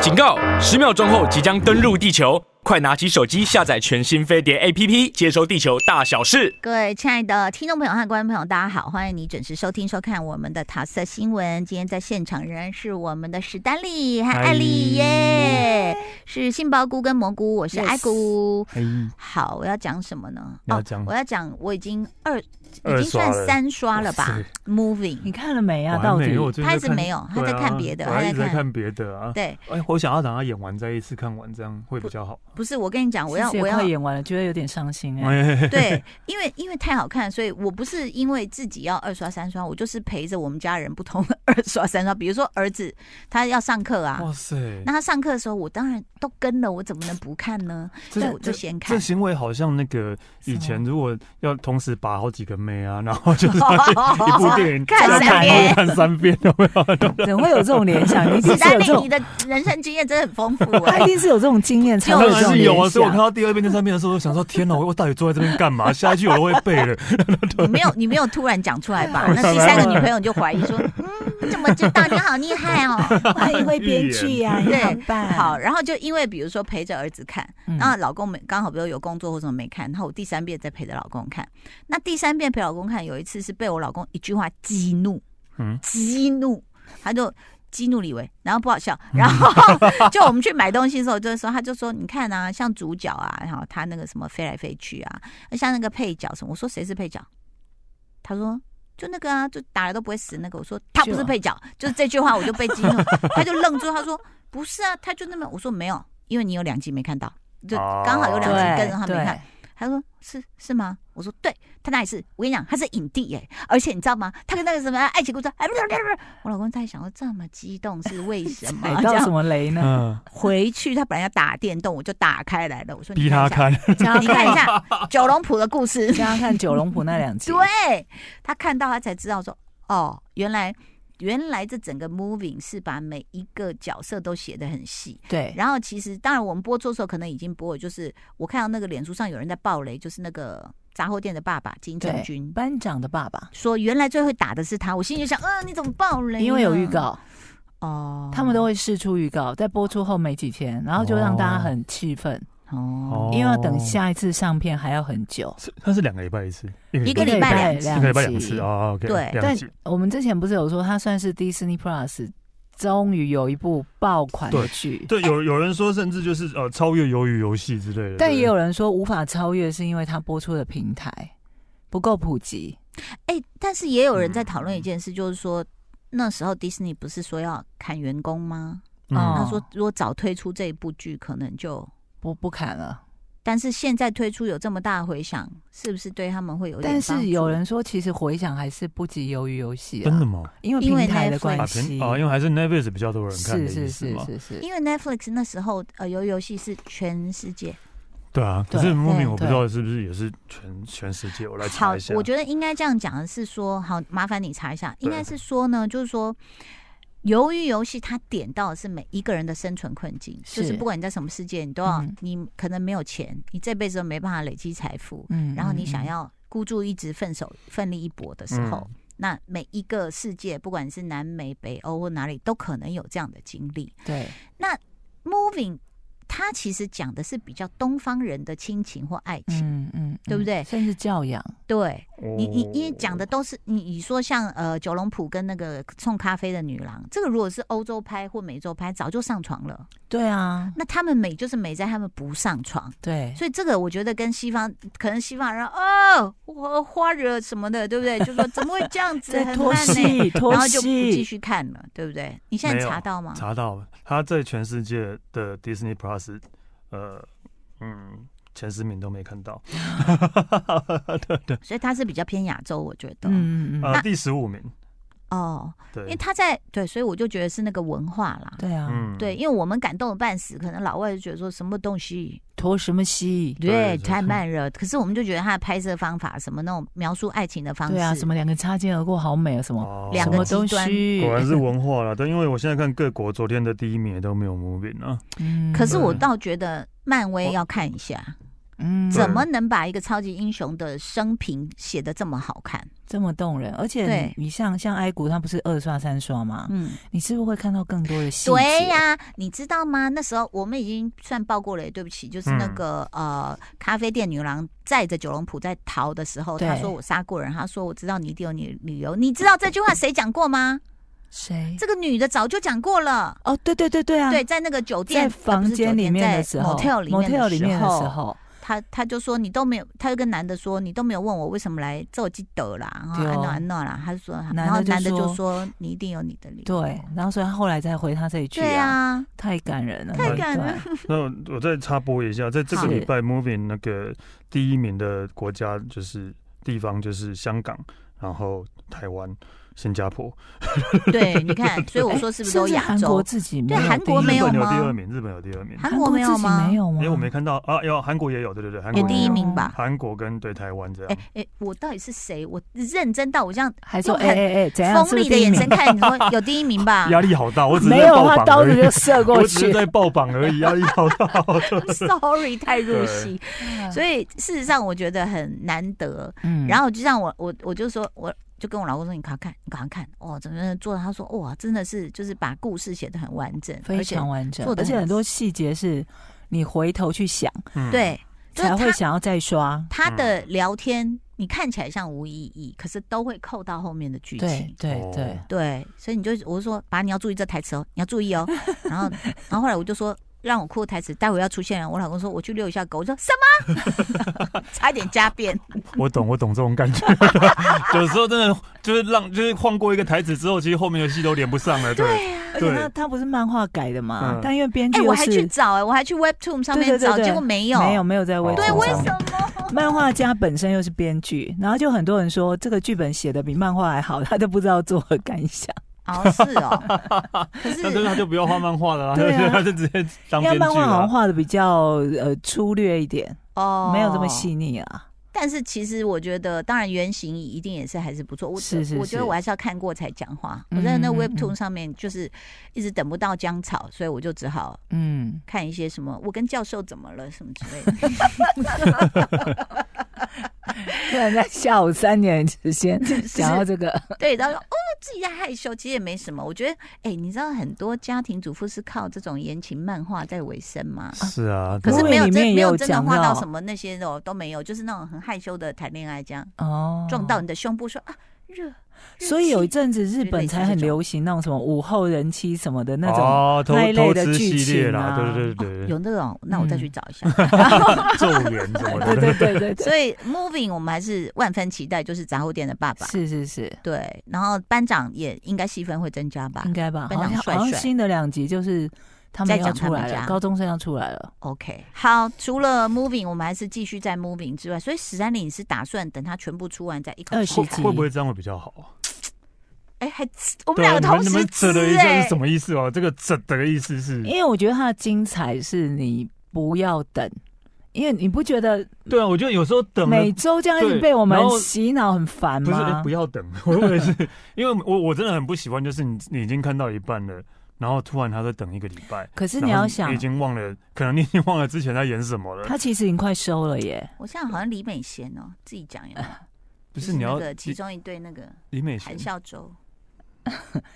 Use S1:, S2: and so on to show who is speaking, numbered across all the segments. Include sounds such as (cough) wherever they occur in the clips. S1: 警告！十秒钟后即将登陆地球，快拿起手机下载全新飞碟 APP，接收地球大小事。
S2: 各位亲爱的听众朋友和观众朋友，大家好，欢迎你准时收听收看我们的塔色新闻。今天在现场仍然是我们的史丹利和艾丽耶，是杏鲍菇跟蘑菇，我是
S3: Yes
S2: 艾菇。
S4: 哎，
S2: 好，我要讲什么呢？哦
S4: 你要讲
S2: 我要讲，我已经二，已
S4: 二
S2: 经算
S4: 刷了
S2: 三刷了吧
S4: 是
S3: 你
S2: ？Moving，
S3: 看了没啊？
S4: 我还
S3: 到底
S4: 没有，我最近
S2: 他一
S4: 在
S2: 直
S4: 看
S2: 没有他
S4: 对
S2: 在
S4: 啊
S2: 看别的
S4: 我
S2: 他
S4: 还
S2: 在
S4: 一直在
S2: 看
S4: 看别的啊。
S2: 对，
S4: 哎，我想要等他演完再一次看完，这样会比较好。
S2: 不是我跟你讲，我要
S3: 其实也
S2: 我要
S3: 快演完了，觉得有点伤心哎、
S4: 哎，
S2: (laughs) 对，因为因为太好看，所以我不是因为自己要二刷三刷，我就是陪着我们家人不同的二刷三刷。比如说儿子他要上课啊，
S4: 哇塞，
S2: 那他上课的时候，我当然都跟了，我怎么能不看呢？
S4: 这
S2: 对，我就
S4: 这
S2: 先看
S4: 这。行为好像那个以
S3: 什
S4: 前
S3: 么
S4: 如果要同时把好几个妹啊，然后就
S2: (laughs)
S4: 是一部
S2: 史
S4: 电影
S2: 哦看
S4: 要
S2: 三遍哦
S4: (laughs) 看三遍，有没有？
S3: 怎么会有这种
S2: (laughs)
S3: 联想？你只是
S2: 丹
S3: 有这
S2: 利，你
S3: 种，
S2: 的人生经验真的很丰富
S4: (laughs)
S3: (laughs) 他一
S2: 哎。
S3: 定是有这种经验才
S2: 就
S3: 会
S4: 当
S3: 有这
S4: 然
S3: 种
S4: 是有啊，
S3: 联
S4: 所以我看
S3: 想。
S4: 到第二遍、第三遍的时候，我想说：天哪，我我到底坐在这边干嘛？下一句我都会背
S2: (laughs)
S4: 了。
S2: 你没有，你没有突然讲出来吧？那第三个女朋友你就怀疑说，嗯，你怎么知道？你好厉害
S4: (laughs)
S2: 哦。
S3: 欢迎会编剧呀、啊，
S2: 对
S3: 你好棒。
S2: 好，，然后就因为比如说陪着儿子看，
S3: 嗯
S2: 然后老公没刚好比如有工作或什么没看，然后我第三遍再陪着老公看。那第三遍陪老公看，有一次是被我老公一句话激怒，
S4: 嗯
S2: 激怒，他就激怒李维，然后不好笑，
S3: 嗯
S2: 然后 (laughs) 就我们去买东西的时候，就是说他就说你看啊，像主角啊，然后他那个什么飞来飞去啊，像那个配角什么，我说谁是配角？他说。就那个啊，就打了都不会死那个。我说他不是
S3: 就
S2: 配角，就是这句话我就被激怒，他就愣住，他说不是啊，他就那么我说没有，因为你有两集没看到，就
S4: 哦
S2: 刚好有两集跟着他
S3: 对
S2: 没看
S3: 对。，
S2: 他说是是吗？我说对，他那里是，我跟你讲，他是影帝耶，而且你知道吗？他跟那个什么爱情故事，哎不是不是不是，我老公在想说这么激动是为什
S3: (laughs)
S2: 么？
S3: 踩
S2: 哦这
S3: 哎到什
S2: 样
S3: 么
S2: (laughs)
S3: 雷呢？
S4: 嗯，
S2: 回去他本来要打电动，我就打开来了，我说
S4: 逼他，看，
S2: 你看一下你看一下九龙浦的故事，
S4: (laughs)
S3: 刚刚看九龙浦那两集，
S2: 对他看到他才知道说，哦，原来原来这整个 moving 是把每一个角色都写得很细。
S3: 对
S2: 然后其实当然我们播出的时候可能已经播了，就是我看到那个脸书上有人在爆雷，就是那个杂货店的爸爸金正
S3: 对，
S2: 军。
S3: 班长的爸爸，
S2: 说原来最会打的是他，我心里就想，嗯、你怎么爆雷、
S3: 因为有预告，
S2: 哦，
S3: 他们都会试出预告，在播出后没几天，然后就让大家很气愤，
S2: 哦，
S3: 因为要等下一次上片还要很久。
S4: 是，它是两个礼拜一次，一
S2: 一个礼拜两集
S4: 一个礼拜两次啊。OK，
S2: 对
S4: 两
S3: 但
S4: 集。
S3: 我们之前不是有说，它算是 Disney Plus 终于有一部爆款的
S4: 对
S3: 剧，
S4: 对，有有人说甚至就是呃超越《鱿鱼游戏》之类的，
S3: 但
S4: 对
S3: 也有人说无法超越，是因为它播出的平台不够普及。
S2: 哎、但是也有人在讨论一件事，就是说那时候迪士尼不是说要砍员工吗？
S4: 嗯
S3: 哦
S2: 他说如果早推出这一部剧，可能就，
S3: 不不砍了，
S2: 但是现在推出有这么大的回响，是不是对他们会有点
S3: 但
S2: 帮助？
S3: 是有人说，其实回响还是不及《鱿鱼游戏》
S4: 真的
S3: 啊，
S4: 吗？
S3: 因为
S2: 因
S3: 平
S2: 为
S3: 台的
S2: Netflix
S4: 啊
S3: 关系
S4: 平啊，因为还是 Netflix 比较多人看的
S3: 是
S4: 意
S3: 是
S4: 思
S3: 是
S4: 嘛。
S3: 是是，
S2: 因为 Netflix 那时候呃游游戏是全世界
S4: 对啊，可
S3: 对
S4: 是莫
S3: 对
S4: 名我不知
S3: 对
S4: 道是不是也是全全世界，我来
S2: 好
S4: 查一下。，
S2: 我觉得应该这样讲的是说，好，麻烦你查一下，应该是说呢，就是说。由于游戏它点到的是每一个人的生存困境，
S3: 是
S2: 就是不管你在什么世界，你都要，
S3: 嗯
S2: 你可能没有钱，你这辈子都没办法累积财富，
S3: 嗯
S2: 然后你想要孤注一掷、奋手奋力一搏的时候，
S4: 嗯
S2: 那每一个世界，不管是南美、北欧或哪里，都可能有这样的经历。
S3: 对
S2: Moving，它其实讲的是比较东方人的亲情或爱情，
S3: 嗯嗯，
S2: 对不对
S3: 嗯甚至教养，
S2: 对，你你
S4: 哦
S2: 因为讲的都是你你说像呃九龙浦跟那个送咖啡的女郎，这个如果是欧洲拍或美洲拍，早就上床了。
S3: 对啊，
S2: 那他们美就是美在他们不上床，
S3: 对，
S2: 所以这个我觉得跟西方可能西方人哦花花惹什么的，对不对？就说怎么会这样子，
S3: (laughs) 在
S2: 很
S3: 拖
S2: 慢呢、
S3: 戏
S2: 然
S3: 拖
S2: 后就不继
S3: 戏，
S2: 续看了，对不对？你现在
S4: 没有
S2: 查到吗？
S4: 查到了，他在全世界的 Disney Plus，呃，嗯，前十名都没看到，
S2: 所以他是比较偏亚洲，我觉得。
S3: 嗯嗯嗯，
S4: 呃，第十五名，
S2: 哦，因为
S4: 对，
S2: 他在对，所以我就觉得是那个文化啦。
S3: 对啊，
S4: 嗯
S2: 对，，因为我们感动的半死，可能老外就觉得说什么东西，
S3: 拖什么戏？
S2: 对，太
S4: 对就是
S2: 慢热。可是我们就觉得他的拍摄方法，什么那种描述爱情的方式，
S3: 对啊，什么两个擦肩而过，好美啊，什么
S4: 哦
S2: 两
S3: 什
S2: 个
S3: 么
S2: 极
S3: 东
S2: 端
S3: 西，
S4: 果然是文化了，但因为我现在看各国昨天的第一名也都没有 Moving 啊，
S3: 嗯
S2: 可是我
S4: 对
S2: 倒觉得漫威要看一下，
S3: 嗯，
S2: 怎么能把一个超级英雄的生平写得这么好看？
S3: 这么动人？而且
S2: 对
S3: 你你像像埃谷，他不是二刷三刷吗？
S2: 嗯，
S3: 你是不是会看到更多的细节？
S2: 对呀、你知道吗？那时候我们已经算报过了，对不起，就是
S3: 嗯
S2: 那个、呃，咖啡店女郎载着九龙浦在逃的时候，
S3: 对
S2: 她说我杀过人，她说我知道你一定有你理由。你知道这句话谁讲过吗？
S3: 谁？
S2: 这个女的早就讲过了。
S3: 哦，对对对对啊！
S2: 对，，在那个酒店，
S3: 在房间里面的时候
S2: m o 里面
S3: motel
S2: 的
S3: 里面的时，候，
S2: 她她就说你都没有，她就跟男的说你都没有问我为什么来做记得啦，然后
S3: 对哦
S2: 安诺安诺啦，她就说，
S3: 男的
S2: 然后
S3: 就
S2: 男的就
S3: 说
S2: 说你一定有你的理由。
S3: 对，哦然后所以他后来再回他这一句
S2: 对啊，
S3: 太感人了，
S2: 太感人
S3: 对。
S4: 那我我再插播一下，在这个
S3: 好
S4: 礼拜 Moving 那个第一名的国家就是地方就是香港，然后台湾、新加坡，
S2: 对，你看，所以我说是不是都
S3: 哎
S2: 亚
S3: 韩
S2: 洲
S3: 国？自己
S2: 对
S3: 没有
S2: 韩国
S3: 第一
S2: 没
S4: 日
S2: 有
S4: 本有
S2: 吗
S4: 第二名，日本有第二名，
S2: 韩国没有
S3: 自己
S2: 吗
S3: 没？有吗？
S4: 哎、我没看到啊，有韩国也有，对对对，韩国
S2: 有
S3: 有
S2: 第一
S4: 有
S2: 名吧？
S4: 韩国跟对台湾这
S2: 哎
S4: 样，？
S2: 哎，我到底是谁？我认真到我这样
S3: 还说
S2: 用
S3: 哎
S2: 很
S3: 哎哎，怎样？
S2: 锋利的眼神看你说
S3: (laughs)
S2: 有第一名吧
S4: 压力好大，我
S3: 是
S4: 只
S3: 不是第一名，
S4: 是
S3: 没有
S4: 在爆
S3: 他
S4: 榜
S3: 刀
S4: 而
S3: 子
S4: 已，
S3: 就射
S4: (laughs) 我
S3: 过
S4: 只是
S3: 去。
S4: 在爆榜而已，压力好大。
S2: I'm sorry，太入戏。所以事实上，我觉得很难得。
S3: 嗯
S2: 然后就像我我我就说我。就跟我老公说：“你赶快看，你赶快看，哦，怎么做的？”他说：“哇，真的是，就是把故事写得很完整，
S3: 非常完整
S2: 做，得
S3: 而且
S2: 很
S3: 很多细节是你回头去想
S2: 而且
S4: 嗯，
S2: 对，就是
S3: 才
S2: 他
S3: 会嗯想要再刷。
S2: 他的聊天，你看起来像无意义，可是都会扣到后面的剧情
S3: 对。对
S4: 哦
S3: 对，
S2: 对，所以你就我就说，爸，你要注意这台词哦，你要注意
S3: (laughs)
S2: 哦。然后，然后后来我就说，让我哭的台词待会要出现了。我老公说，我去遛一下狗。我说什么？ (laughs) 差一点加
S3: (laughs)
S2: 变。
S4: 我懂，我懂这种感觉。 (laughs) 有时候真的就是让，就是晃过一个台子之后，其实后面的戏都连不上了。对，
S3: 而且
S4: 对
S3: 他他不是漫画改的嘛
S4: 嗯，
S3: 但因为编剧
S2: 哎，
S3: 又
S2: 啊我还去
S3: 是
S2: 找哎、我还去 Webtoon 上
S3: 对
S2: 面
S3: 对对
S2: 找，
S3: 对
S2: 结果没有。
S3: 没有没有在微
S4: 对
S3: 博
S2: 为
S3: 上
S2: 什
S3: 面。
S2: 么？
S3: 漫画家本身又是编剧，然后就很多人说这个剧本写的比漫画还好，他都不知道作何感想。
S2: 哦，是哦。
S4: (laughs)
S2: 可
S4: 那就是
S2: 是
S4: 他就不要画漫画了啦，
S3: 对啊
S4: 他就直接当
S3: 因
S4: 编
S3: 为
S4: 剧
S3: 漫画
S4: 啊
S3: 好像
S4: 了。
S3: 画的比较呃粗略一点，
S2: 哦，
S3: 没有这么。细腻啊。
S2: 但是其实我觉得，当然原型一定也是还是不错。我
S3: 是是
S2: 我觉
S3: 是
S2: 得我还是要看过才讲话。我在那
S3: 嗯嗯
S2: Webtoon
S3: 嗯
S2: 上面就是一直等不到姜草，所以我就只好
S3: 嗯，
S2: 看一些什么我跟教授怎么了什么之类
S3: (laughs)
S2: 的。
S3: 突然在下午三点之前想到这个， (laughs)
S2: 对，然后说哦自己在害羞，其实也没什么。我觉得，哎、你知道很多家庭主妇是靠这种言情漫画在维生吗？
S4: 是啊，
S2: 可是
S3: 对
S2: 没有
S3: 里
S2: 真
S3: 面也
S2: 没
S3: 有
S2: 有真的
S3: 讲
S2: 画到
S3: 到
S2: 什么那些的哦都没有，就是那种很害羞的谈恋爱这样
S3: 哦
S2: 撞到。你的胸部说啊热，热
S3: 所以有一
S2: 气
S3: 阵子日本才很流行那种什么午后人妻什么的那种，
S4: 哦偷
S3: 那一类的
S4: 偷吃
S3: 剧
S4: 系列
S3: 情
S4: 啦，
S3: 啊
S4: 对对
S3: (laughs)
S4: 对对，
S2: 哦有那种，那我再去
S3: 嗯
S2: 找一下。 (laughs)
S4: (laughs) 咒言什么
S3: 对
S4: 的。
S3: 对对对对，
S2: 所以 moving 我们还是万分期待，就是杂货店的爸爸。
S3: 是是是，
S2: 对，然后班长也应该戏份会增加吧？
S3: 应该吧？
S2: 班
S3: 好
S2: 长
S3: 像
S2: 帅
S3: 好像
S2: 帅
S3: 新的两集就是他们
S2: 在
S3: 要
S2: 讲他
S3: 出
S2: 们
S3: 来了，
S2: 家
S3: 高中生要出来了。
S2: OK，好，除了 Moving，我们还是继续在 Moving 之外，所以十三里是打算等它全部出完再一口气
S3: 20集
S2: 看。
S4: 会不会这样会比较好？
S2: 哎、还我们
S4: 对
S2: 两个
S4: 啊，你
S2: 同
S4: 们你
S2: 时
S4: 们
S2: 吃
S4: 折的一下
S2: 哎、
S4: 是什么意思哦？这个折的意思是，
S3: 因为我觉得它的精彩是你不要等，因为你不觉得
S4: 对啊，我觉得有时候等了
S3: 每周这样一直
S4: 对
S3: 被我们
S4: 然后
S3: 洗脑很烦
S4: 不是、
S3: 吗
S4: 哎？不要等， (laughs) 我以为是因为我我真的很不喜欢，就是你你已经看到一半了，然后突然他在等一个礼拜，
S3: 可是
S4: 然
S3: 你
S4: 后
S3: 要想
S4: 已，经忘了，可能你已经忘了之前在演什么了。
S3: 它其实已经快收了耶。
S2: 欸我现在好像李美贤哦，自己讲有没有？
S4: 不
S2: 就是
S4: 你要
S2: 那个其
S4: 李
S2: 中一对那个
S4: 李美
S2: 韩
S4: 贤，
S2: 孝周，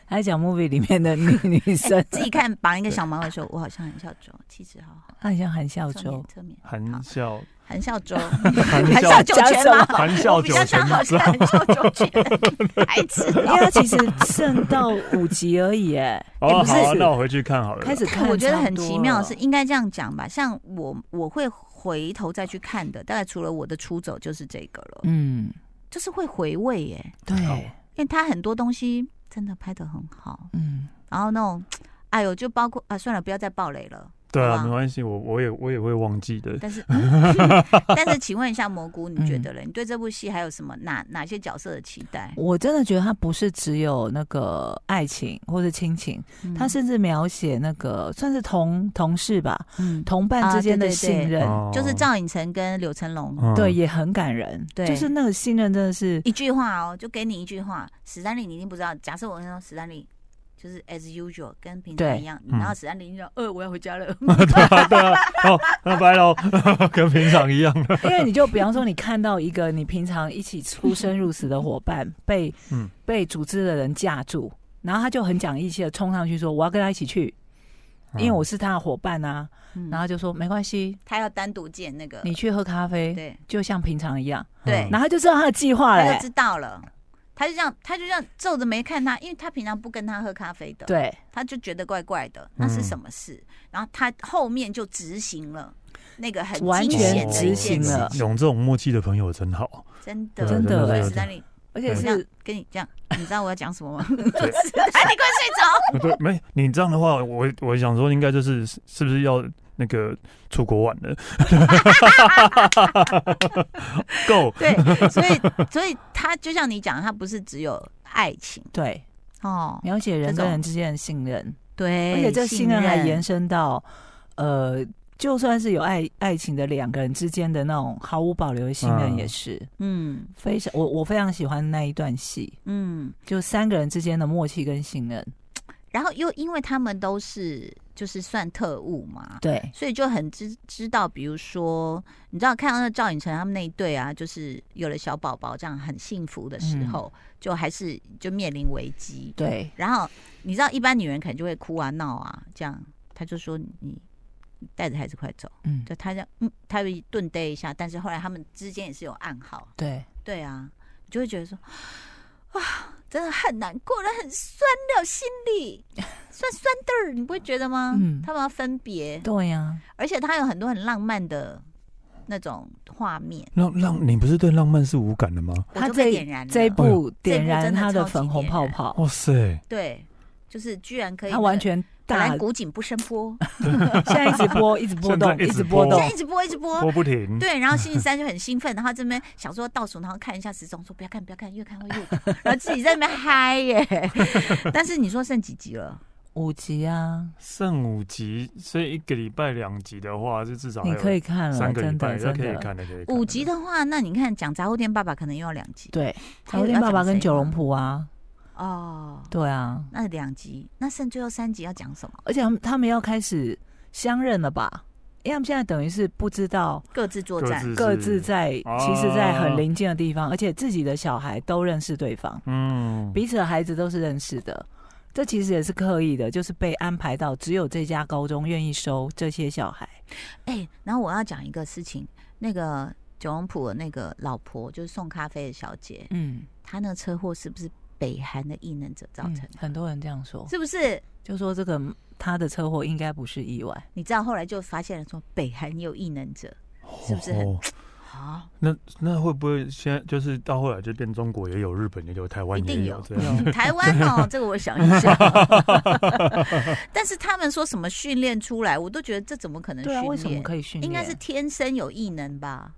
S3: 还讲 movie 里面的女女
S2: (laughs)
S3: 生，
S2: 自己看绑一个小毛的时候，我好像韩孝周，气质好好，
S3: 她很像韩孝
S2: 侧面
S3: 周，
S2: 侧面好
S4: 韩笑
S2: 韩孝周，
S4: 韩
S2: 韩
S4: 笑
S2: 孝九全
S4: (laughs)
S2: 吗？
S4: 韩孝
S2: 我比较
S4: 九全
S2: 想好是韩孝周全，白痴
S3: 因
S2: 哦、
S3: 为她其实剩到五集而已耶。
S4: 哦，
S2: 哎
S3: 不是
S4: 好啊，那我回去看好了。
S3: 开始看
S2: 我觉得
S3: 差不
S2: 很
S3: 多
S2: 奇妙，
S3: 了
S2: 是应该这样讲吧？像我，我会回头再去看的，大概除了我的出走就是这个了，
S3: 嗯，
S2: 就是会回味耶、
S3: 对，
S4: 好
S2: 因为他很多东西真的拍的很好，
S3: 嗯，
S2: 然后那种，哎呦，就包括啊，算了，不要再爆雷了。
S4: 对
S2: 好
S4: 啊，
S2: 吧
S4: 没关系，我我也我也会忘记的。
S2: 但是，嗯但是，请问一下蘑菇，你觉得嘞？你对这部戏还有什么哪哪些角色的期待？
S3: 我真的觉得它不是只有那个爱情或者亲情，
S2: 嗯
S3: 它甚至描写那个算是同同事吧，
S2: 嗯，
S3: 同伴之间
S2: 啊
S3: 的
S2: 对对对
S3: 信任。
S4: 哦
S2: 就是赵寅成跟柳成龙。
S4: 嗯 (laughs)
S3: 对，也很感人。
S2: 对
S3: 就是那个信任真的是
S2: 一句话哦，就给你一句话，史丹利，你一定不知道。假设我跟你说史丹利，就是 as usual，跟平常一样。
S4: 嗯
S2: 然后子安林就说：“呃，我要回家了。
S4: 对啊，对啊，哦，那拜喽， (laughs) 跟平常一样。
S3: 因为你就比方说，你看到一个你平常一起出生入死的伙伴被、
S4: 嗯
S3: 被组织的人架住，然后他就很讲义气的冲上去说：“我要跟他一起去，因
S4: 嗯
S3: 为我是他的伙伴啊。”
S2: (laughs) 嗯
S3: 然后就说：“没关系，
S2: 他要单独见那个，
S3: 你去喝咖啡，
S2: 对
S3: 就像平常一样。
S4: 嗯
S2: 对”
S3: 然后他就知道他的计划了、
S2: 他
S3: 欸
S2: 就知道了。他就这样，他就这样皱着眉看他，因为他平常不跟他喝咖啡的，
S3: 对，嗯
S2: 他就觉得怪怪的，那是什么事？然后他后面就执行了那个很
S3: 完
S2: 惊
S3: 全
S2: 险的一
S3: 执
S2: 件
S3: 行
S2: 事
S3: 了
S2: 情，
S4: 嗯有这种默契的朋友真好， (laughs)
S2: 真的
S3: 真的
S2: 所以
S3: 真的
S2: 史丹利，
S3: 而
S2: 我
S3: 且
S4: 对
S2: 这
S3: 是
S2: 样跟你这样，你知道我要讲什
S3: (laughs)
S2: 么吗？
S4: 对
S2: (laughs) 史丹利快睡着。
S4: 对，没你这样的话，我我想说，应该就是是不是要那个出国玩 (laughs) 了？Go，
S2: 对，所以所以他就像你讲，他不是只有爱情
S3: 对
S2: 哦，
S3: 了解人
S2: 这
S3: 跟
S2: 种
S3: 人之间的信任，
S2: 对，
S3: 而且这信任还延
S2: 严，
S3: 伸到呃。就算是有爱爱情的两个人之间的那种毫无保留的信任，
S4: 嗯
S3: 也是
S2: 嗯
S3: 非常我我非常喜欢那一段戏。
S2: 嗯，
S3: 就三个人之间的默契跟信任。
S2: 然后又因为他们都是就是算特务嘛。
S3: 对，
S2: 所以就很知知道，比如说，你知道看到那赵寅成他们那一对啊，就是有了小宝宝这样很幸福的
S3: 嗯
S2: 时候，就还是就面临危机。
S3: 对，
S2: 然后你知道，一般女人可能就会哭啊、闹啊这样，他就说你你带着孩子快走。
S3: 嗯，
S2: 就他这样，嗯，他就顿呆一下，但是后来他们之间也是有暗号，
S3: 对，
S2: 对啊，你就会觉得说，啊，真的很难过，那很酸的心里，酸酸的儿，你不会觉得吗？
S3: 嗯
S2: 他们要分别，
S3: 对呀、
S2: 而且他有很多很浪漫的那种画面，
S4: 浪浪，你不是对浪漫是无感的吗？
S2: 我
S3: 他
S2: 就被
S3: 这
S2: 点燃了，
S3: 这一
S4: 哦
S3: 部点
S2: 真
S3: 燃
S2: 的
S3: 他的
S2: 超级
S3: 粉红
S2: 点
S3: 泡
S2: 燃
S3: 泡，
S4: 哇塞，
S2: 对，就是居然可以、
S3: 他完。全
S2: 本来
S3: 大，哦
S2: 古井不生波，
S3: 现在一直播，一直波
S4: (laughs) 现在
S3: 动，
S4: 一
S3: 一
S4: 直
S3: 直波
S4: 播
S3: 动
S2: 现在，一直播一直
S3: (laughs)
S2: 播，
S4: 播不
S3: 嗯
S4: 停。
S2: 对，然后星期三就很兴奋，然后这边想说倒数，然后看一下时钟，说不要看，不要看，越看会越渴，然后自己在那边嗨耶。 (laughs) 但是你说剩几集了？
S3: 五集啊，
S4: 上五集，所以一个礼拜两集的话，就至少还
S3: 你
S4: 有
S3: 可以看了，
S4: 三个礼
S3: 真
S4: 拜，
S3: 的，
S4: 那
S3: 真
S4: 可以
S3: 的，
S4: 看的，可以看的
S2: 五集的话，那你看讲杂货店爸爸可能又要两集
S3: 对，
S2: 还
S3: 台
S2: 有
S3: 湾
S2: 要
S3: 店爸
S2: 讲
S3: 爸跟
S2: 谁
S3: 九龙
S2: 吗
S3: 埔啊，
S2: 哦，
S3: 对啊，
S2: 那两集，那剩最后三集要讲什么？
S3: 而且他们他们要开始相认了吧？因为他们现在等于是不知道
S2: 各自作
S4: 各
S2: 战，
S4: 自
S3: 各
S4: 是
S3: 自在，其实，在
S4: 啊
S3: 很临近的地方，而且自己的小孩都认识对方。
S4: 嗯，
S3: 彼此的孩子都是认识的。这其实也是刻意的，就是被安排到只有这家高中愿意收这些小孩。
S2: 哎、然后我要讲一个事情，那个九龙浦的那个老婆就是送咖啡的小姐，
S3: 嗯，
S2: 她那个车祸是不是北韩的异能者造成的？
S3: 很多人这样说，
S2: 是不是？
S3: 就说这个他的车祸应该不是意外。
S2: 你知道后来就发现了，说北韩有异能者是不是很
S4: 哦
S2: 啊。
S4: 那那会不会现在就是到后来就变中国也有、日本也有、台湾
S2: 一定
S4: 也
S2: 有
S4: 这样？
S2: 台湾
S4: (laughs)
S2: 哦，这个我想一下。 (laughs) 但是他们说什么训练出来，我都觉得这怎么可能训
S3: 对啊，
S2: 练？
S3: 为什么可以训练？
S2: 应该是天生有异能吧？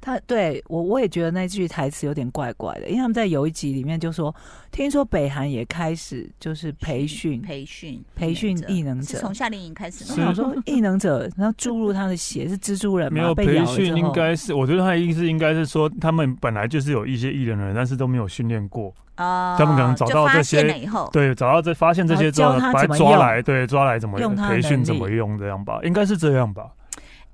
S3: 他对我，我也觉得那句台词有点怪怪的，因为他们在有一集里面就说，听说北韩也开始就是培训，
S2: 培训
S3: 培训
S2: 异
S3: 异
S2: 能
S3: 能
S2: 者，
S3: 者
S2: 是从夏令营开始的
S3: 我
S4: 是
S2: 吗。
S3: 想说异能者，然后注入他的血是蜘蛛人
S4: (laughs) 没
S3: 嘛，
S4: 有
S3: 被
S4: 培
S3: 咬了之
S4: 训，
S3: 后
S4: 应该是我觉得他的意思应该是说，他们本来就是有一些艺人人，但是都没有训练过，
S3: 哦
S2: 啊
S4: 他们可能找到
S2: 就发
S4: 这些
S2: 现了以后，
S4: 对，找到这发现这些之后，
S3: 然后教他
S4: 把它
S3: 怎么
S4: 抓
S3: 用
S4: 来，对，抓来怎么
S3: 用他的
S4: 培训
S3: 能
S4: 怎么
S3: 力
S4: 用这样吧，应该是这样吧。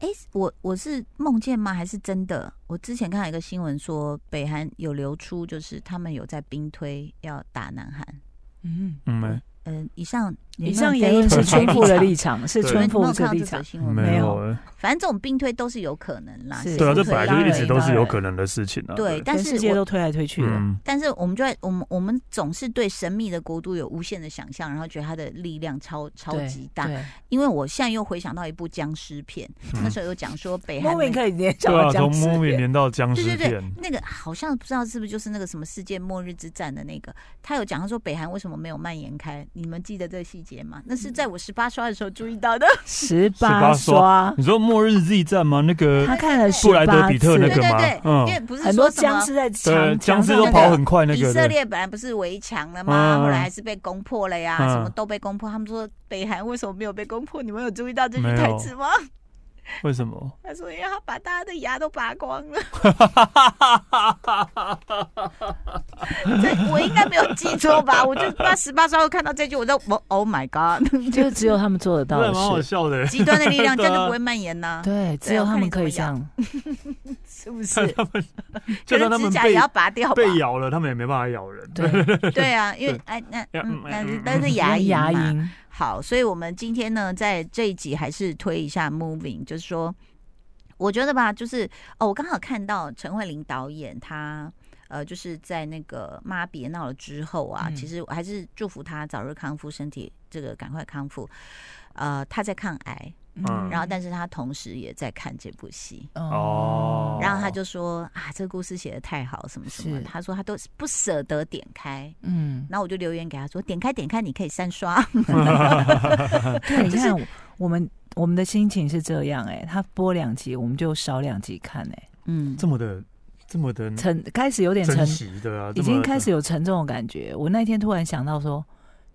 S2: 哎，我我是梦见吗？还是真的？我之前看到一个新闻说，北韩有流出，就是他们有在兵推要打南韩。
S3: 嗯。
S4: 嗯，没
S2: 嗯，以上
S3: 以上言论
S2: (laughs)
S3: 是
S2: 全
S3: 村
S2: 部
S3: 妇的立场，是
S4: 对
S2: 你们
S3: 村
S2: 有看
S3: 妇这
S2: 到
S3: 立
S2: 这
S3: 场
S2: 则。新闻吗
S4: 没有
S3: 嗯有
S4: 欸，
S2: 反正这种并推都是有可能啦。
S3: 是
S2: 谁
S4: 对啊，
S2: 都
S4: 这
S2: 可以
S4: 本来就是一
S2: 推
S4: 直都是有可能的事情啊。
S2: 对，，但
S3: 全
S2: 是
S3: 世界
S2: 我
S3: 都推来推去的，
S4: 嗯，
S2: 但是我们就在我们我们总是对神秘的国度有无限的想象，然后觉得它的力量超超
S3: 对
S2: 级大。
S3: 对
S2: 因为我现在又回想到一部僵尸片，
S4: 嗯
S2: (laughs) 那时候有讲说北韩
S3: 莫名
S2: 那
S3: 可以联想
S4: 对
S3: 到
S4: 啊，
S3: 僵
S4: 从 m
S3: 尸
S4: o
S3: 片，
S4: (laughs) 连到僵
S2: 对
S4: 尸
S2: 对对
S4: 片，，
S2: 那个好像不知道是不是就是那个什么世界末日之战的那个，他有讲他说北韩为什么没有蔓延开，你们记得这个细节吗？那
S3: 嗯
S2: 是在我十八刷的时候注意到的。
S3: 十
S4: 18
S3: 八刷，
S4: 你说《末日 Z 战》吗？那个
S3: 他看了
S4: 布
S3: 十
S4: 莱德
S3: 八
S4: 比特
S3: 次，
S4: 那
S2: 对
S4: 个
S2: 对
S4: 吗
S2: 对，
S4: 嗯
S2: 因为不是
S3: 很多
S2: 说什
S3: 僵
S2: 么
S3: 尸在
S4: 对，啊
S3: 墙
S4: 僵尸
S3: 墙
S4: 都
S3: 上
S4: 跑
S3: 的
S4: 很快，那
S2: 以
S4: 个
S2: 色
S4: 的
S2: 列本来不是围墙了吗？
S4: 嗯
S2: 后来还是被攻破了呀，
S4: 嗯
S2: 什么都被攻破。他们说北韩为什么没有被攻破？你们有注意到这句
S4: 没有
S2: 台词吗？
S4: 为
S2: (laughs)
S4: 什么？
S2: 他说，因为他把大家的牙都拔光
S4: (laughs)
S2: 了。这我应该没有记错吧？我就八十八岁看到这句，我就我 Oh my
S4: (laughs)
S2: God！
S3: 就是只有他们做得到
S4: 对，
S3: 的
S4: 蛮好
S3: 事。
S4: 笑的。
S2: 极端的力量
S4: 对啊
S2: 真的不会蔓延呐、
S4: 啊
S3: 对，只有他们可以这样。
S2: 是不
S4: 看
S2: 是？
S4: 他们，
S2: 可
S4: (laughs) 欸就是算他
S2: 指
S4: 们
S2: 甲也
S4: 被
S2: 要拔掉吧？
S4: 被咬了，他们也没办法咬人。
S3: 对，
S2: 对啊，因为
S4: 对
S2: 哎那
S4: 呀
S2: 嗯
S4: 嗯
S2: 那
S4: 嗯
S2: 但是牙
S3: 牙
S2: 龈
S3: 牙
S2: 嘛
S3: 龈，
S2: 好，所以我们今天呢，在这一集还是推一下 Moving，就是说，我觉得吧，就是哦，我刚好看到陈慧琳导演她。呃，就是在那个《妈别闹了》之后啊，
S3: 嗯
S2: 其实我还是祝福她早日康复，身体这个赶快康复。呃，她在抗癌，
S4: 嗯
S2: 然后但是她同时也在看这部戏，
S4: 哦
S2: 然后她就说啊，这个故事写的太好，什么什么，
S3: 是
S2: 她说她都不舍得点开，
S3: 嗯，
S2: 然后我就留言给她说，点开点开，你可以三刷， (laughs)
S3: 对，你看我们我们的心情是这样哎，他播两集我们就少两集看哎，
S2: 嗯，
S4: (laughs) 这么的，这么的
S3: 沉开始有点
S4: 珍
S3: 沉，
S4: 惜的嗯啊，
S3: 已
S4: 这么
S3: 经开始有沉重的感觉。我那天突然想到说，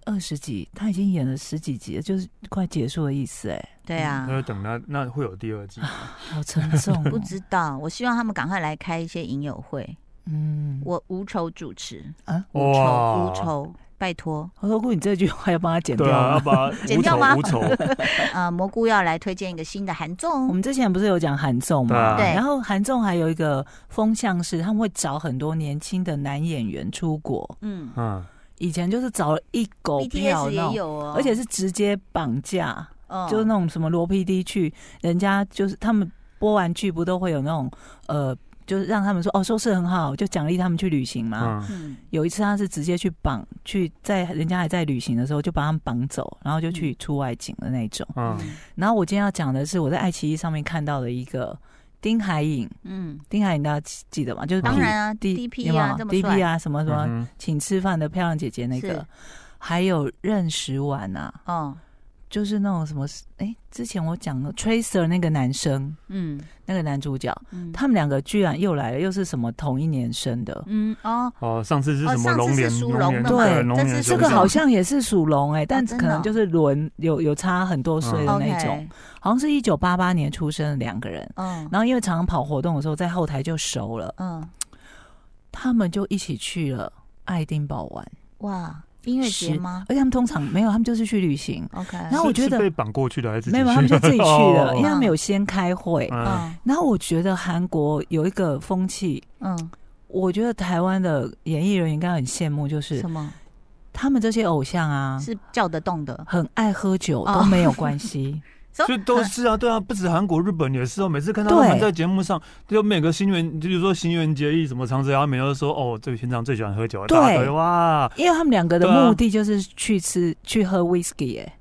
S3: 二十集他已经演了十几集了，就是快结束的意思哎，
S2: 对啊，
S3: (laughs)
S4: 他要等那那会有第二季，
S3: 好沉重哦，
S2: 不知道，我希望他们赶快来开一些影友会，
S3: 嗯
S2: 我无酬主持，
S3: 啊，
S2: 无酬无酬，拜托。
S3: 我说顾你这句话要帮他剪掉
S4: 对啊，要
S3: 吗？
S4: 把
S2: 剪掉吗
S4: 无仇无仇，
S2: 呃，蘑菇要来推荐一个新的韩
S3: 我
S2: 综，
S3: 们之前不是有讲韩综嘛？
S4: 对
S2: 啊
S3: 然后韩综还有一个风向是，他们会找很多年轻的男演员出国。
S2: 嗯
S4: 嗯，
S3: 以前就是找了一狗
S2: ，BTS
S3: 票那
S2: 也
S3: 种，
S2: 有哦，
S3: 而且是直接绑架，
S2: 嗯
S3: 就是那种什么罗 PD 去，人家就是他们播完剧不都会有那种呃，就是让他们说哦收视很好，就奖励他们去旅行嘛。
S4: 嗯，
S2: 嗯
S3: 有一次他是直接去绑，去在人家还在旅行的时候就把他们绑走，然后就去出外景的那种。
S4: 嗯，
S3: 然后我今天要讲的是我在爱奇艺上面看到的一个丁海颖，
S2: 嗯，
S3: 丁海颖大家记记得吗？就是
S2: 当然啊
S3: D
S2: ，DP 啊，这么
S3: D P
S2: 帅，
S3: 啊什么什么，
S4: 嗯
S3: 请吃饭的漂亮姐姐那个
S2: 是，
S3: 还有任时完啊，
S2: 哦，
S3: 就是那种什么，哎、之前我讲了 Tracer 那个男生，
S2: 嗯
S3: 那个男主角，
S2: 嗯，
S3: 他们两个居然又来了，又是什么同一年生的。
S2: 嗯哦，
S4: 哦，上次是
S2: 哦
S4: 什么
S2: 上次
S4: 龙
S2: 是
S4: 年
S2: 属
S4: 龙
S2: 龙
S4: 年
S2: 的
S3: 嘛
S4: 对
S3: 对
S4: 龙年
S2: 这是
S3: 这
S4: 兄
S3: 个
S4: 弟
S3: 好像也是属龙哎、但
S2: 哦真的
S3: 可能就是轮有有差很多岁的那
S2: OK，
S3: 种，好像是一九八八年出生的两个人。
S2: 嗯
S3: 然后因为常常跑活动的时候，在后台就熟了，
S2: 嗯，
S3: 他们就一起去了爱丁堡玩，
S2: 哇，音乐节
S3: 是
S2: 吗
S3: 而且他们通常没有，他们就是去旅行，
S2: ？OK，
S3: 然后我
S4: 是
S3: 觉得
S4: 是被绑过去的还是
S3: 没有，他们就自己去了，因为
S4: (laughs) 哦
S3: 他们有先开会。
S4: 嗯
S2: 嗯
S3: 然后我觉得韩国有一个风气，
S2: 嗯，
S3: 我觉得台湾的演艺人员应该很羡慕，就是
S2: 什么
S3: 他们这些偶像啊，
S2: 是叫得动的？
S3: 很爱喝酒
S2: 哦
S3: 都没有关系，
S4: 就都是啊，对啊，不止韩国、日本也是哦。每次看到
S3: 对
S4: 他们在节目上，就每个新垣，就是说新垣结衣什么长泽雅美，都说哦，这个平常最喜欢喝酒啊，
S3: 对
S4: 大腿哇，
S3: 因为他们两个的
S4: (laughs) 对啊
S3: 目的就是去吃去喝 whisky
S4: (laughs)
S3: 哎，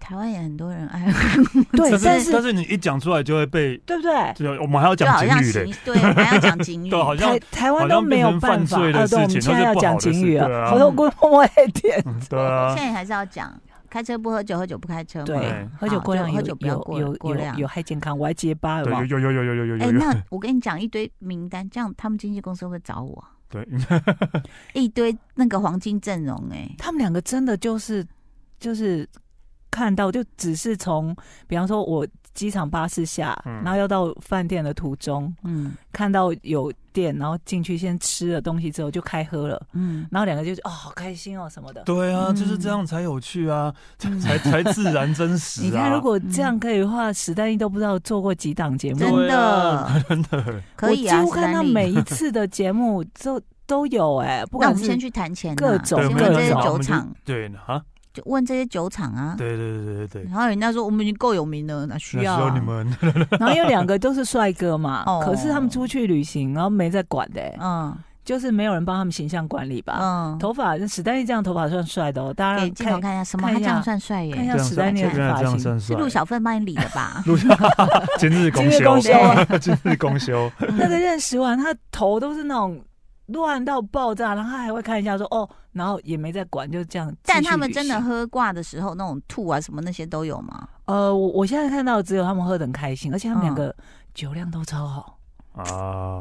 S2: 台湾也很多人爱，
S4: (laughs)
S3: 对，但
S4: 但但
S3: 是
S4: 是你一讲出来就会被，
S3: 对不对？
S4: 就我们还要
S2: 就
S4: 讲
S2: 好
S4: 警
S2: 像
S4: 语
S2: 警
S4: 嘞，
S2: 语对，还要讲警语，
S4: (laughs) 对，好像
S3: 台台湾都没有办法，
S4: 好像变成犯罪的
S3: 哦，对，我
S4: 事
S3: 们
S4: 情
S3: 现在要讲警语
S4: 那是不好的事对
S3: 了，
S4: 啊
S3: 我都故默默
S2: 嗯
S3: 在点。
S4: (laughs) 对
S2: (laughs)
S4: 啊
S2: 现，在还是要讲，开车不喝酒，喝酒不开车嘛。哎
S3: (laughs) 对
S4: 嗯，
S3: 喝酒过量
S2: 好
S3: 有
S2: 啊就喝酒不要
S3: 有
S2: 过
S3: 有
S2: 过
S3: 有
S2: 量
S3: 有害健康，我还结巴了
S4: 对，
S3: 嘛。
S4: 有有有有有有
S2: 哎、
S4: 有有，
S2: 那我跟你讲一堆名单，这样他们经纪公司会不会找我？哎
S4: 对，
S2: 一堆那个黄金阵容、哎
S3: 他们两个真的就是就是看到，就只是从比方说我机场巴士下，
S4: 嗯
S3: 然后要到饭店的途中
S2: 哎，嗯
S3: 看到有店，然后进去先吃了东西之后就开喝了，
S2: 嗯，
S3: 然后两个就是哦好开心哦什么的。
S4: 对啊，
S2: 嗯
S4: 就是这样才有趣啊，
S2: 嗯
S4: 才才自然真实
S3: (laughs)
S4: 啊。
S3: 你看，如果这样可以的话，史丹利都不知道做过几档节目，
S2: 真
S4: 对
S2: 的、
S4: 啊 (laughs) 真的，
S2: 可以啊，
S3: 我几乎看到
S2: 史丹利
S3: 每一次的节目都都有哎、不
S2: 那我
S3: 管
S2: 们
S3: 是
S2: 先去谈钱、啊，
S3: 各种
S2: 先问
S4: 对，
S3: 各
S2: 这些
S3: 种
S2: 酒厂，
S4: 对啊，
S2: 就问这些酒厂啊。
S4: (laughs) 对对对对对，
S2: 然后人家说我们已经够有名了，哪需
S4: 那时
S2: 要、
S4: 候
S2: 啊？
S4: 你们 (laughs)
S3: 然后因为两个都是帅哥嘛，
S2: (laughs) 哦
S3: 可是他们出去旅行，然后没在管的、欸，
S2: 嗯
S3: 就是没有人帮他们形象管理吧。
S2: 嗯，
S3: 头发，那史丹利这样头发算帅的哦，大家
S2: 给镜头
S3: 看
S2: 看一下，什么
S3: 看
S2: 他
S3: 一
S2: 这
S3: 下
S2: 样算帅耶、
S3: 看一下
S4: 这样
S3: 史丹利的
S4: 原来
S3: 发
S4: 这样
S3: 型。
S4: 算
S2: 是
S4: 帅，
S2: 陆小凤帮你理的吧？
S4: 录下 (laughs) 今日公
S3: 今日
S4: 休
S3: 公，休
S4: (laughs) 今日公休，
S3: 那个认识完，他头都是那种乱到爆炸，然后他还会看一下说哦，然后也没在管，就这样。
S2: 但
S3: 继续
S2: 他们
S3: 旅
S2: 真的
S3: 行
S2: 喝挂的时候，那种吐啊什么那些都有吗？
S3: 呃，我我现在看到只有他们喝的很开心，而且他们
S2: 嗯
S3: 两个酒量都超好，
S4: 啊，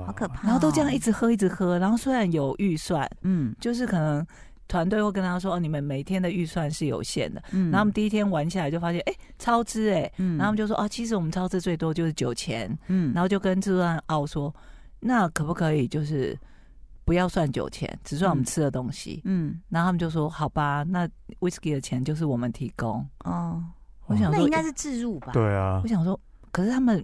S2: 好可怕、
S3: 哦
S2: 哦
S3: 然后都这样一，直喝一直喝，然后虽然有预算，
S2: 嗯
S3: 就是可能团队会跟他说哦，你们每天的预算是有限的，
S2: 嗯，
S3: 然后我们第一天玩下来就发现，哎、超支哎、欸，
S2: 嗯
S3: 然后他们就说啊，其实我们超支最多就是九千，
S2: 嗯
S3: 然后就跟制作人拗说，那可不可以就是不要算酒钱，只算我们
S2: 嗯
S3: 吃的东西？
S2: 嗯
S3: 然后他们就说，好吧，那 whisky 的钱就是我们提供。
S2: 哦，
S3: 我想
S2: 那
S3: 说，
S2: 应该是自入吧？
S4: 对啊
S3: 我，想说，可是他们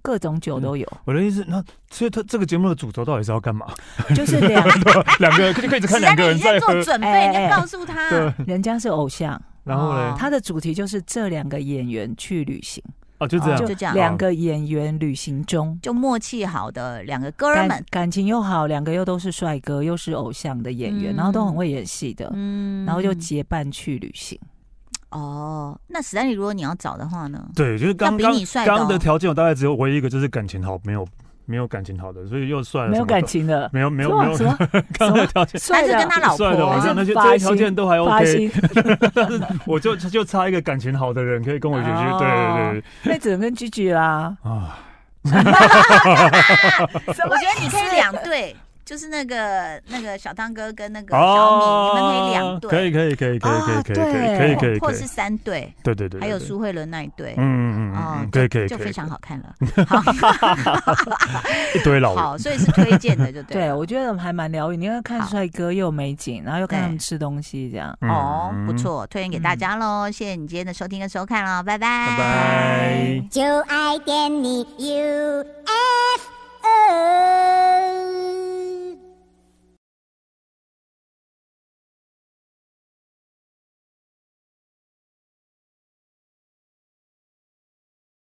S3: 各种酒都有，
S4: 我的意思，那所以他这个节目的主轴到底是要干嘛？
S3: 就是
S2: 啊
S3: 两
S4: (laughs) 两个人就可以一直看
S2: 史
S4: 两
S2: 丹
S4: 个
S2: 利
S4: 人
S2: 你在
S4: 在喝
S2: 做，准备，
S3: 哎
S2: 你
S3: 哎
S2: 就
S3: 哎
S2: 告诉他。
S4: 对，
S3: 人家是偶像，
S4: 然后嘞
S2: 哦，
S3: 他的主题就是这两个演员去旅行，
S4: 哦，就这样
S2: 就，这样，
S3: 两个演员旅行中。
S2: 就默契好的两个哥
S3: 感
S2: 们，
S3: 感情又好，两个又都是帅哥，又是偶像的演员，
S2: 嗯
S3: 然后都很会演戏的，
S2: 嗯
S3: 然后就结伴去旅行。
S2: 哦。那史丹利，如果你要找的话呢？
S4: 对，就是刚
S2: 要比
S4: 刚
S2: 你帅的哦
S4: 刚刚的条件，我大概只有唯一一个就是感情好，没有没有感情好的，所以又算了
S3: 没有
S4: 什么
S3: 感
S4: 都，
S3: 情的，
S4: 没有没
S3: 什
S4: 有没有
S3: 么什么
S4: (laughs) 刚刚的条件。
S2: 但
S3: 帅
S2: 是
S3: 的哎
S2: 跟他老婆
S4: 帅的，我
S2: 啊
S4: 像那些
S3: 发
S4: 这些条
S3: 心
S4: 件都还
S3: 发
S4: OK，
S3: 心，
S4: 我就就差一个感情好的人可以跟我一起去，
S3: 哦
S4: 对对对
S3: (laughs) 那只能跟居居啦。
S4: 啊，
S2: 我觉得你可以两对，就是那个那个小汤哥跟那个小米，
S4: 哦，
S2: 你们可以两
S4: 可
S2: 对，
S4: 以可以可以可以可以
S3: 啊
S4: 可以
S3: 对
S4: 可以可
S2: 或
S4: 以可
S2: 或
S4: 以，
S2: 是三对，
S4: 对对对，
S2: 还有
S4: 对
S2: 苏慧伦那一对，
S4: 嗯嗯嗯
S2: 哦
S4: 嗯，嗯
S2: 就
S4: 可以可以，
S2: 就
S4: 可以
S2: 非常好看了。
S4: 一堆老人，
S2: 好，所以是推荐的，就对
S3: 对，
S4: (laughs)
S2: 了。
S3: 我觉得还蛮疗愈。你要看
S2: 好
S3: 帅哥又有美景，然后又看他们
S2: 对
S3: 吃东西，这样。
S4: 嗯
S2: 哦，不，错，推荐给大家喽！谢谢你今天的收听跟收看喽，拜拜，
S4: 拜拜。
S5: 就爱点你 UFO。